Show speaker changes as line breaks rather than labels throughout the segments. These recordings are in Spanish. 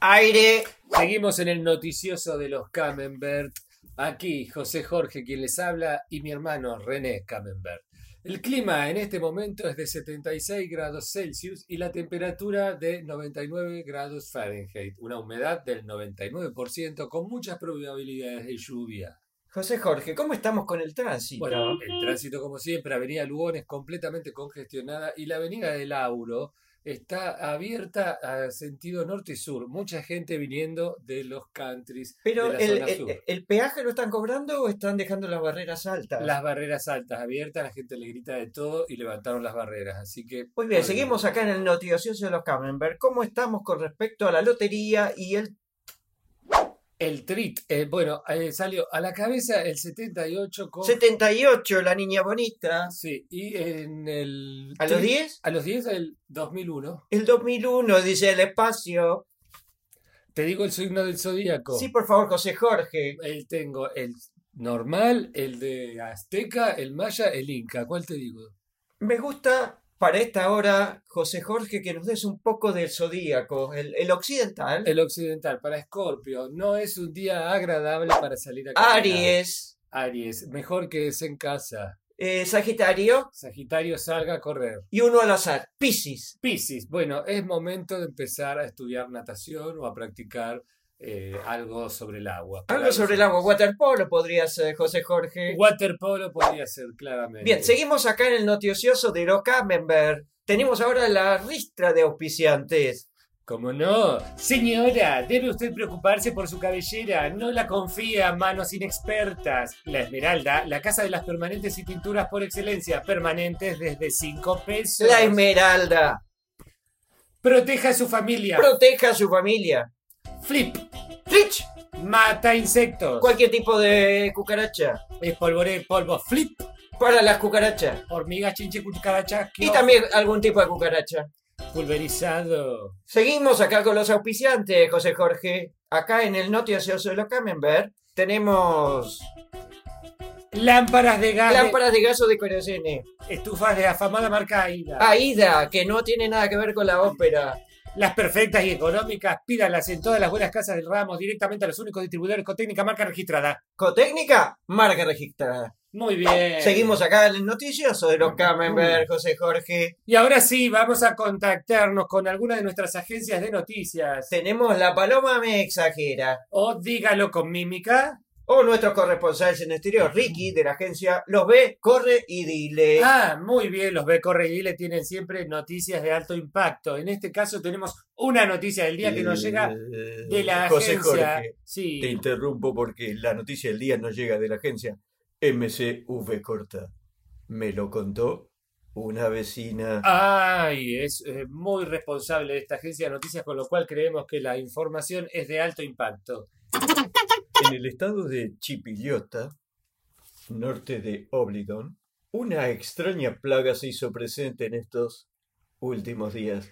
Aire.
Seguimos en el noticioso de los Camembert. Aquí José Jorge quien les habla y mi hermano René Camembert. El clima en este momento es de 76 grados Celsius y la temperatura de 99 grados Fahrenheit, una humedad del 99% con muchas probabilidades de lluvia.
José Jorge, ¿cómo estamos con el tránsito?
Bueno, el tránsito como siempre, Avenida Lugones completamente congestionada y la Avenida del Auro está abierta a sentido norte y sur, mucha gente viniendo de los countries
Pero
de la
el,
zona sur.
el- el peaje lo están cobrando o están dejando las barreras altas.
Las barreras altas abiertas, la gente le grita de todo y levantaron las barreras. Así que.
Muy bien, seguimos acá en el noticioso de los Camembert. ¿Cómo estamos con respecto a la lotería y el
El treat. eh, bueno, eh, salió a la cabeza el 78 con.
78, la niña bonita?
Sí, y en el.
¿A los
treat-
10?
A los 10 del 2001.
El 2001, dice el espacio.
Te digo el signo del zodíaco.
Sí, por favor, José Jorge.
Eh, tengo el normal, el de Azteca, el Maya, el Inca. ¿Cuál te digo?
Me gusta para esta hora, José Jorge, que nos des un poco del zodíaco, el, el occidental.
El occidental, para Escorpio. No es un día agradable para salir a caminar.
Aries,
Aries, mejor que es en casa.
eh, Sagitario
Sagitario, salga a correr.
y uno al azar, Piscis.
Piscis, bueno, es momento de empezar a estudiar natación o a practicar eh, algo sobre el agua.
Algo sobre el agua, waterpolo podría ser, José Jorge.
Waterpolo podría ser claramente.
Bien, seguimos acá en el noticioso de los Camembert. Tenemos ahora la ristra de auspiciantes.
¿Cómo no? Señora, debe usted preocuparse por su cabellera. No la confía a manos inexpertas. La Esmeralda, la casa de las permanentes y pinturas por excelencia. Permanentes desde 5 pesos.
La Esmeralda.
Proteja a su familia.
Proteja a su familia.
Flip,
Flitch.
mata insectos.
Cualquier tipo de cucaracha.
Espolvoré polvo. Flip,
Para las cucarachas.
hormigas, chinche, cucarachas.
Y también algún tipo de cucaracha.
Pulverizado.
Seguimos acá con los auspiciantes, José Jorge. Acá en el noticioso de los Camembert tenemos
Lámparas de gas. de-
lámparas de gaso de querosene.
Estufas de afamada marca AIDA.
Aida, que no tiene nada que ver con la ópera.
Las perfectas y económicas, pídalas en todas las buenas casas del ramo, directamente a los únicos distribuidores con técnica marca registrada.
Cotécnica, marca registrada.
Muy bien. Uh.
Seguimos acá en el noticioso de los Camembert, José Jorge.
Y ahora sí, vamos a contactarnos con alguna de nuestras agencias de noticias.
Tenemos la paloma me exagera.
O dígalo con mímica.
O nuestro corresponsal en el exterior, Ricky, de la agencia Los ve, corre y dile.
Ah, muy bien, los B Correguile tienen siempre noticias de alto impacto. En este caso tenemos una noticia del día que nos llega de la
Eh, José
agencia.
Jorge,
sí.
te interrumpo porque la noticia del día nos llega de la agencia MCV Corta. Me lo contó una vecina.
Ay, es eh, muy responsable de esta agencia de noticias, con lo cual creemos que la información es de alto impacto.
En el estado de Chipillota, norte de Obligón, una extraña plaga se hizo presente en estos últimos días.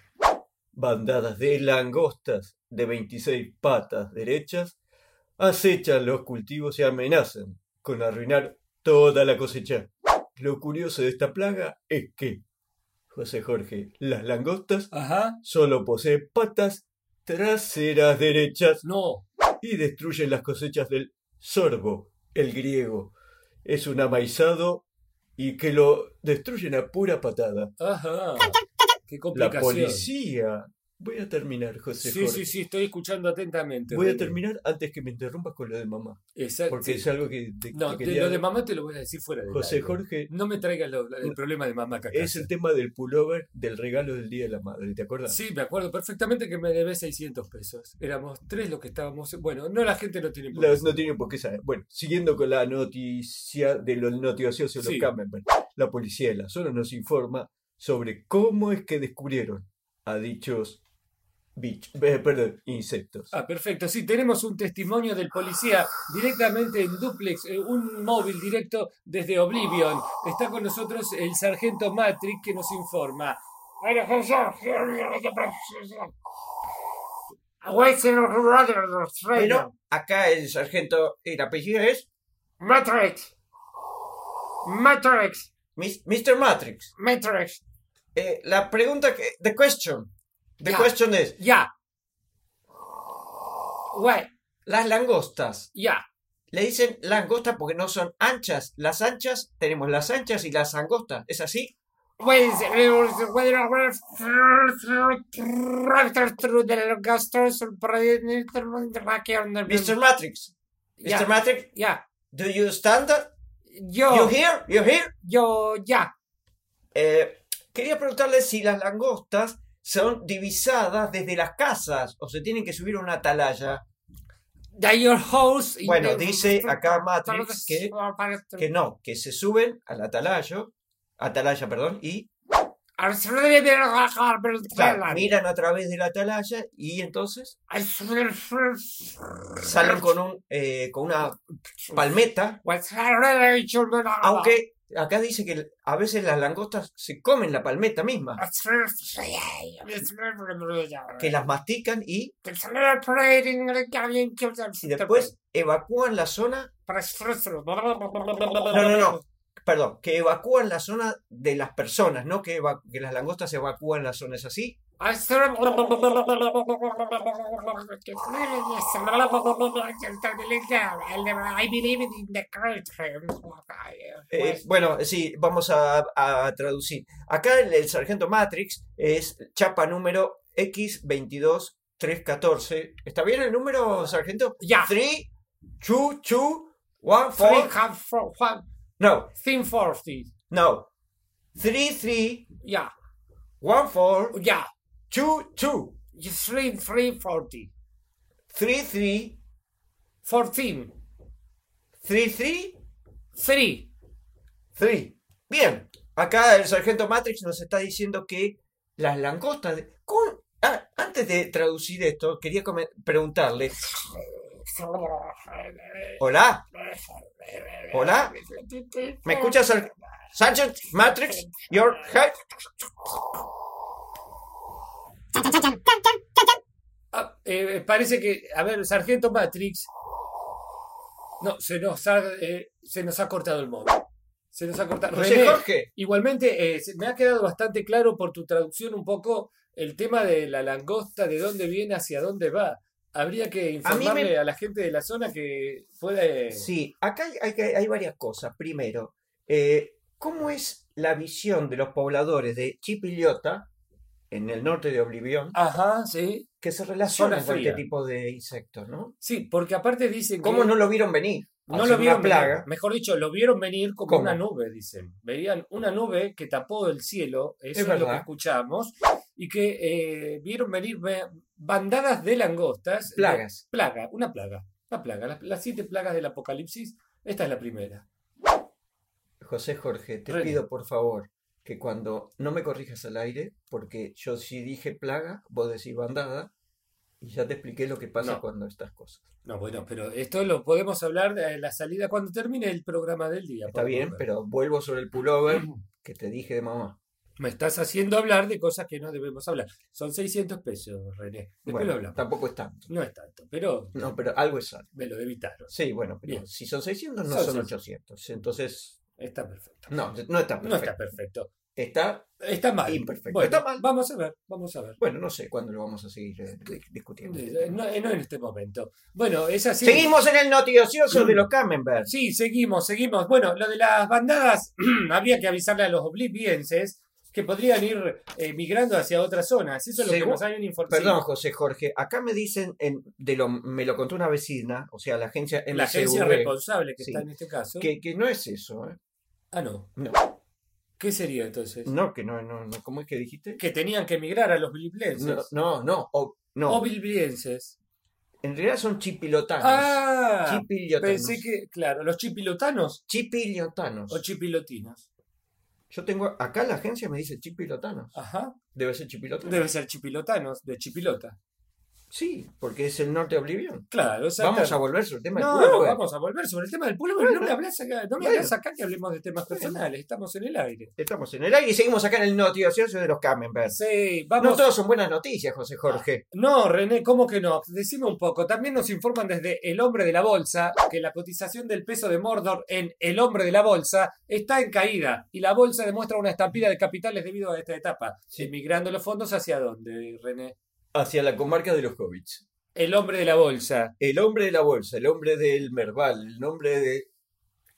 Bandadas de langostas de 26 patas derechas acechan los cultivos y amenazan con arruinar toda la cosecha. Lo curioso de esta plaga es que, José Jorge, las langostas
Ajá.
solo poseen patas traseras derechas
No.
y destruyen las cosechas del sorbo, el griego. Es un amaizado y que lo destruyen a pura patada.
Ajá. Qué
La
complicación.
policía. Voy a terminar, José
Sí,
Jorge.
sí, sí, estoy escuchando atentamente.
Voy a
René.
terminar antes que me interrumpas con lo de mamá,
Exacto.
porque es algo que te-
Eh, No,
que
de
quería-
lo de mamá te lo voy a decir fuera de
José Jorge
No me traigas lo- el problema de mamá acá.
es el tema del pullover del regalo del Día de la Madre, ¿te acuerdas?
Sí, me acuerdo perfectamente que me debes 600 pesos. Éramos tres los que estábamos. Bueno, no, la gente no tiene por qué
Los no tienen por qué saber. Bueno, siguiendo con la noticia de los noticiosos de
Sí.
los Camembert, la policía de la zona nos informa sobre cómo es que descubrieron a dichos bich- eh, perdón, insectos.
Ah, perfecto. Sí, tenemos un testimonio del policía directamente en duplex, eh, un móvil directo desde Oblivion. Está con nosotros el sargento Matrix que nos informa.
Pero acá el sargento, el apellido es
Matrix. Matrix.
Mis- Mr. Matrix.
Matrix.
Eh, la pregunta que. The question. The
Ya.
question es:
Ya. Guay,
Las langostas.
ya.
Le dicen langostas porque no son anchas. Las anchas, tenemos las anchas y las angostas. ¿Es así?
Guay, se- guay, guay.
Mr. Matrix.
Mm. Ya.
Mr. Matrix,
Ya,
do you stand up? You
yo,
here? You here?
yo, ya.
Eh, quería preguntarle si las langostas son divisadas desde las casas o se tienen que subir a una atalaya.
That your house.
Bueno, dice acá Matrix que, que no, que se suben al atalayo, atalaya, perdón, y claro, miran a través de la atalaya y entonces salen con un eh, con una palmeta, aunque acá dice que a veces las langostas se comen la palmeta misma, que las mastican y, y después evacúan la zona, no, no, no, perdón, que evacúan la zona de las personas, no que, eva- que las langostas evacúan la zona, ¿es así?
I believe in the correct
Eh,
Pues.
bueno, sí, vamos a, a traducir. Acá el, el sargento Matrix es chapa número X22314. ¿Está bien el número, sargento?
Ya.
3, 2, 2, 1, 4.
Three, half, four, one,
No,
thin, forty.
no. 3, 3,
Yeah,
1, 4,
yeah.
2, 2.
You Three, three, forty.
3, 3,
Fourteen.
3, 3,
Three.
3. Bien. Acá el sargento Matrix nos está diciendo que las langostas. de- ¿Cómo? Ah, antes de traducir esto, quería come- preguntarle. Hola, hola. ¿Me escuchas, sar- Sergeant Matrix? Your head.
Ah, eh, parece que, a ver, Sargento Matrix. No, se nos ha, eh, se nos ha cortado el móvil. Se nos ha cortado.
José
René,
Jorge.
Igualmente, eh, se- me ha quedado bastante claro por tu traducción un poco el tema de la langosta, de dónde viene, hacia dónde va. Habría que informarle a,
me-
la gente de la zona que puede...
Sí, acá hay, hay que- hay varias cosas. Primero, eh, ¿cómo es la visión de los pobladores de Chipiliota, en el norte de Oblivion,
Ajá, sí.
que se relacionan
Zona
con este
fría.
tipo de insectos, no?
Sí, porque aparte dicen
¿Cómo
que
no lo vieron venir?
no
Al ser
lo
una
vieron venir.
plaga.
Mejor dicho, lo vieron venir como
¿Cómo?
una nube, dicen. Veían una nube que tapó el cielo, eso
Es
es, lo que
verdad.
escuchamos, y que eh, vieron venir ve- bandadas de langostas. de-
Plagas.
Plaga, una plaga. Una plaga. Las, las siete plagas del apocalipsis. Esta es la primera.
José Jorge, te
René.
pido por favor que cuando no me corrijas al aire, porque yo sí dije plaga, vos decís bandada, y ya te expliqué lo que pasa
No.
cuando estas cosas.
No, bueno, pero esto lo podemos hablar de la salida cuando termine el programa del día.
Está
por
bien,
favor.
pero vuelvo sobre el pullover que te dije de mamá.
Me estás haciendo hablar de cosas que no debemos hablar. Son 600 pesos, René. Después lo
Bueno,
hablamos.
tampoco es tanto.
No es tanto, pero
No, pero algo es algo.
me lo evitaron.
Sí, bueno, pero
Bien.
si son 600 no
Son
son,
600.
800. Entonces,
Está perfecto.
no, no está perfecto.
No está perfecto.
Está,
Está mal.
Imperfecto.
Bueno,
Está mal.
Vamos a ver, vamos a ver.
bueno, no sé cuándo lo vamos a seguir eh, di- discutiendo.
Eh, No, eh, no en este momento. Bueno, es así.
Seguimos en el noticioso de los Camembert.
Sí, seguimos, seguimos. Bueno, lo de las bandadas, habría que avisarle a los oblivienses que podrían ir eh, migrando hacia otras zonas. Eso es lo que
Según-
nos habían informado.
Perdón, José Jorge, acá me dicen, en- de lo, me lo contó una vecina, o sea, la agencia
Sí, la agencia
MSV,
responsable que
Sí.
está en este caso.
que, que no es eso, ¿eh?
Ah, no.
No.
¿Qué sería entonces?
No, que no, no, no, ¿cómo es que dijiste?
Que tenían que emigrar a
No,
los oblivienses.
no, no, o- no.
Oblivienses.
en realidad son chipilotanos.
Ah,
chipiliotanos.
pensé que, claro, los chipilotanos
Chipiliotanos.
o chipilotinos.
Yo tengo, acá la agencia me dice chipilotanos.
Ajá.
Debe ser chipilotano.
Debe ser chipilotanos, de chipilota.
Sí, porque es el norte de Oblivion.
Claro,
Vamos
exactamente.
a volver sobre el tema
No,
del culo, eh.
vamos a volver sobre el tema del pullover. no me hablas acá, no me
Bueno.
hablas acá que hablemos de temas personales. Estamos en el aire.
Estamos en el aire y seguimos acá en el noticioso de los Camembert.
Sí,
No
vamos. Ah.
todos son buenas noticias, José Jorge.
No, René, ¿cómo que no? Decime un poco. También nos informan desde El Hombre de la Bolsa que la cotización del peso de Mordor en El Hombre de la Bolsa está en caída y la bolsa demuestra una estampida de capitales debido a esta etapa.
Sí.
Emigrando los fondos hacia dónde, René?
Hacia la comarca de los hobbits.
El hombre de la bolsa.
El hombre de la bolsa, el hombre del merval, el nombre de...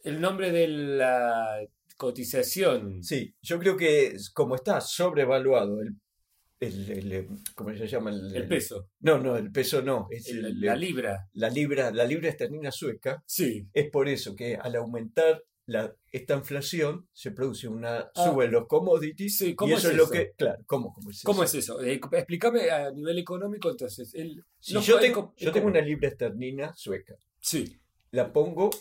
El nombre de la cotización.
Sí, yo creo que es- como está sobrevaluado el... el- el, eh, ¿Cómo se llama? El,
El peso.
No, no, el peso no. Es
el-
el-
la libra.
la libra, la libra esterlina sueca.
Sí.
Es por eso que al aumentar la, esta inflación se produce una
Ah.
suba en los commodities
Sí, ¿cómo
y eso
es
es, lo
eso?
que claro cómo cómo es
¿Cómo
eso?
es eso? Eh, explícame a nivel económico, entonces. El,
Si
los
yo
poderes
tengo,
com-
yo tengo una libra esterlina sueca,
Sí,
la pongo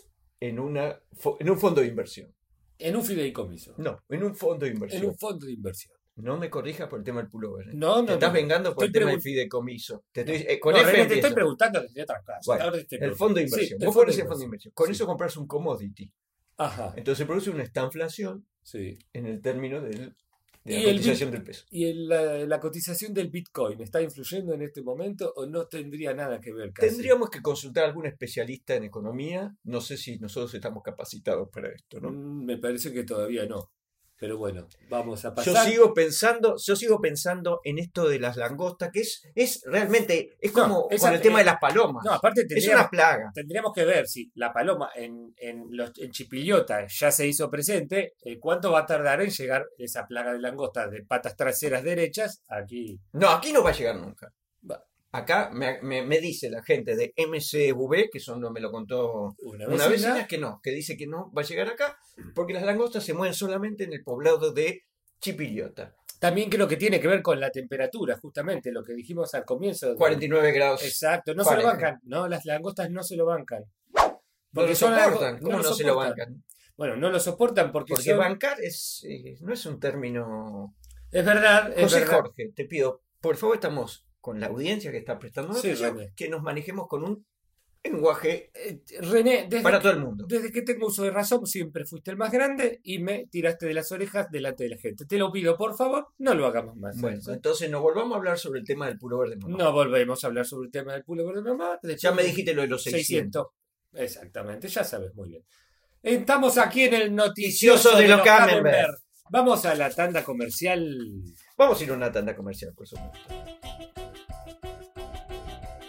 en una fo- en un fondo de inversión.
en un fideicomiso.
No, en un fondo de
En
inversión.
un fondo de inversión.
No me corrijas por el tema del pullover. ¿eh?
No, no.
te estás
no.
vengando por el
Estoy
tema del
pregun-
fideicomiso. Te estoy- eh,
No,
con F
René, te
empieza.
estoy preguntando de otra cosa.
Bueno,
Ahora te
el
pregunto.
fondo de
Sí,
inversión.
el
Vos
fondo
pones
de
el fondo de inversión.
Sí.
Con eso compras un commodity.
Ajá,
Entonces produce una estanflación
sí.
en el término del- de
Y
la
el
cotización del peso.
¿Y el- la, la cotización del Bitcoin está influyendo en este momento o no tendría nada que ver? casi?
Tendríamos que consultar a algún especialista en economía. No sé si nosotros estamos capacitados para esto, ¿no?
Mm, Me parece que todavía no. Pero bueno, vamos a
Yo
pasar.
sigo pensando, yo sigo pensando en esto de las langostas, que es, es realmente, es
No,
como
esa-
con el tema
eh,
de las palomas.
No, aparte
es
tendríamos,
una plaga.
tendríamos que ver si la paloma en, en, los, en Chipiliota ya se hizo presente, eh, cuánto va a tardar en llegar esa plaga de langostas de patas traseras derechas aquí.
No, aquí no va a llegar nunca.
Va.
Acá me, me- me dice la gente de MCV, que son, no me lo contó
Una vez,
una vecina, que no, que dice que no va a llegar acá, porque las langostas se mueven solamente en el poblado de Chipillota.
También creo que tiene que ver con la temperatura, justamente lo que dijimos al comienzo. de-
49 grados.
Exacto, no se lo
40.
bancan. No, las langostas no se lo bancan.
No lo
son algo-
soportan. ¿Cómo no, se lo
soportan.
bancan?
Bueno, no lo soportan porque,
Porque
son-
bancar es, eh, no es un término.
Es verdad, es
José
verdad.
Jorge, te pido, por favor, estamos con la audiencia que está prestando
Sí,
atención,
René.
que nos manejemos con un lenguaje
Eh, René, desde,
para todo el mundo.
desde que tengo uso de razón, siempre fuiste el más grande y me tiraste de las orejas delante de la gente. Te lo pido, por favor, no lo hagamos más.
Bueno, entonces nos volvamos a hablar sobre el tema del puro verde. mamá.
No volvemos a hablar sobre el tema del pulo verde mamá. después
Ya me
de-
dijiste lo de los 600.
600. Exactamente, ya sabes muy bien. Estamos aquí en el noticioso
Noticioso de
de
los
los
Camembert.
Camembert. Vamos a la tanda comercial.
Vamos a ir a una tanda comercial, por supuesto.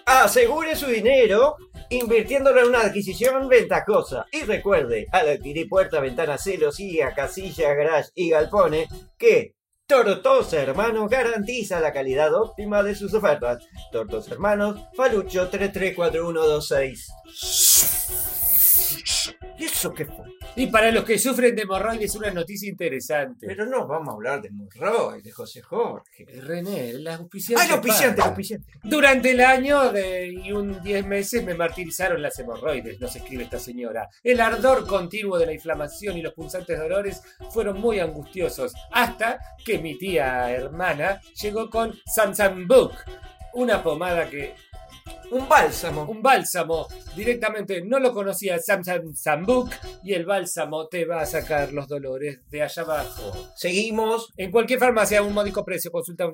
Asegure su dinero invirtiéndolo en una adquisición ventajosa. Y recuerde, al adquirir puerta, ventana, celo, silla, casilla, garage y galpones, que Tortosa Hermanos garantiza la calidad óptima de sus ofertas. Tortosa Hermanos, Falucho 334126. ¿Y eso qué fue?
Y para los que sufren de hemorroides, una noticia interesante.
Pero no vamos a hablar de Monroy, de José Jorge.
René, el auspiciante.
¡Ah, el auspiciante, el
paga.
auspiciante!
Durante el año de, y un 10 meses me martirizaron las hemorroides, nos escribe esta señora. El ardor continuo de la inflamación y los punzantes dolores fueron muy angustiosos, hasta que mi tía hermana llegó con Sansambook, una pomada que
Un bálsamo.
un bálsamo. Directamente no lo conocía Samsung Sambuk y el bálsamo te va a sacar los dolores de allá abajo.
Seguimos,
En cualquier farmacia a un módico precio, consulta un...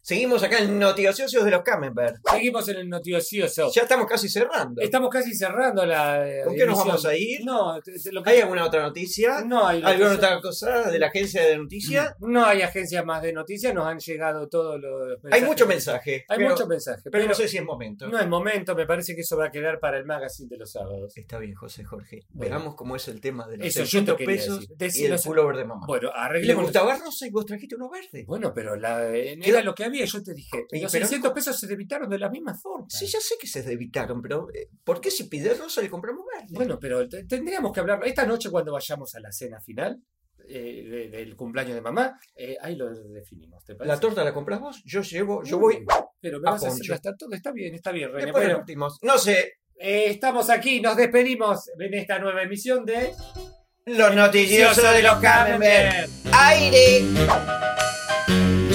seguimos acá en Noticiosos de los Camembert.
Seguimos en el noticioso.
Ya estamos casi cerrando.
Estamos casi cerrando la eh,
¿Con qué nos
emisión.
vamos a ir?
No, te- te- lo que-
¿Hay alguna otra noticia?
no hay
¿Alguna
noticias.
otra cosa de la agencia de noticias?
No hay agencias más de noticias, nos han llegado todos los
Hay
mensajes.
mucho mensaje.
Hay
pero,
mucho mensaje,
pero
pero
no sé si es momento.
no es momento, me parece que eso va a quedar para el magazine de los sábados.
Está bien, José Jorge.
Bueno.
Veamos cómo es el tema de los
Eso yo te
600
quería
pesos
decir.
y el
Decinos-
pullover de mamá.
Bueno,
¿Le
arreglemos.
gustaba rosa y vos trajiste uno verde?
Bueno, pero la, eh,
Quedó-
era lo que había, yo te dije.
Y
Los
pero-
600 pesos se debitaron de la misma forma.
Sí, ya sé que se debitaron, pero eh, ¿por qué si pides rosa le compramos verde?
Bueno, pero te- tendríamos que hablar. Esta noche, cuando vayamos a la cena final eh, de- del cumpleaños de mamá, eh, ahí lo definimos. ¿te parece?
la torta la compras vos, yo llevo, yo voy.
Muy bien, Pero me
a
vas a hacer
Poncho.
gastar todo. Está bien, está bien, René.
Después
Bueno,
repartimos. No sé,
eh, estamos aquí, nos despedimos en esta nueva emisión de.
los noticiosos de los Camembert.
Camembert.
aire.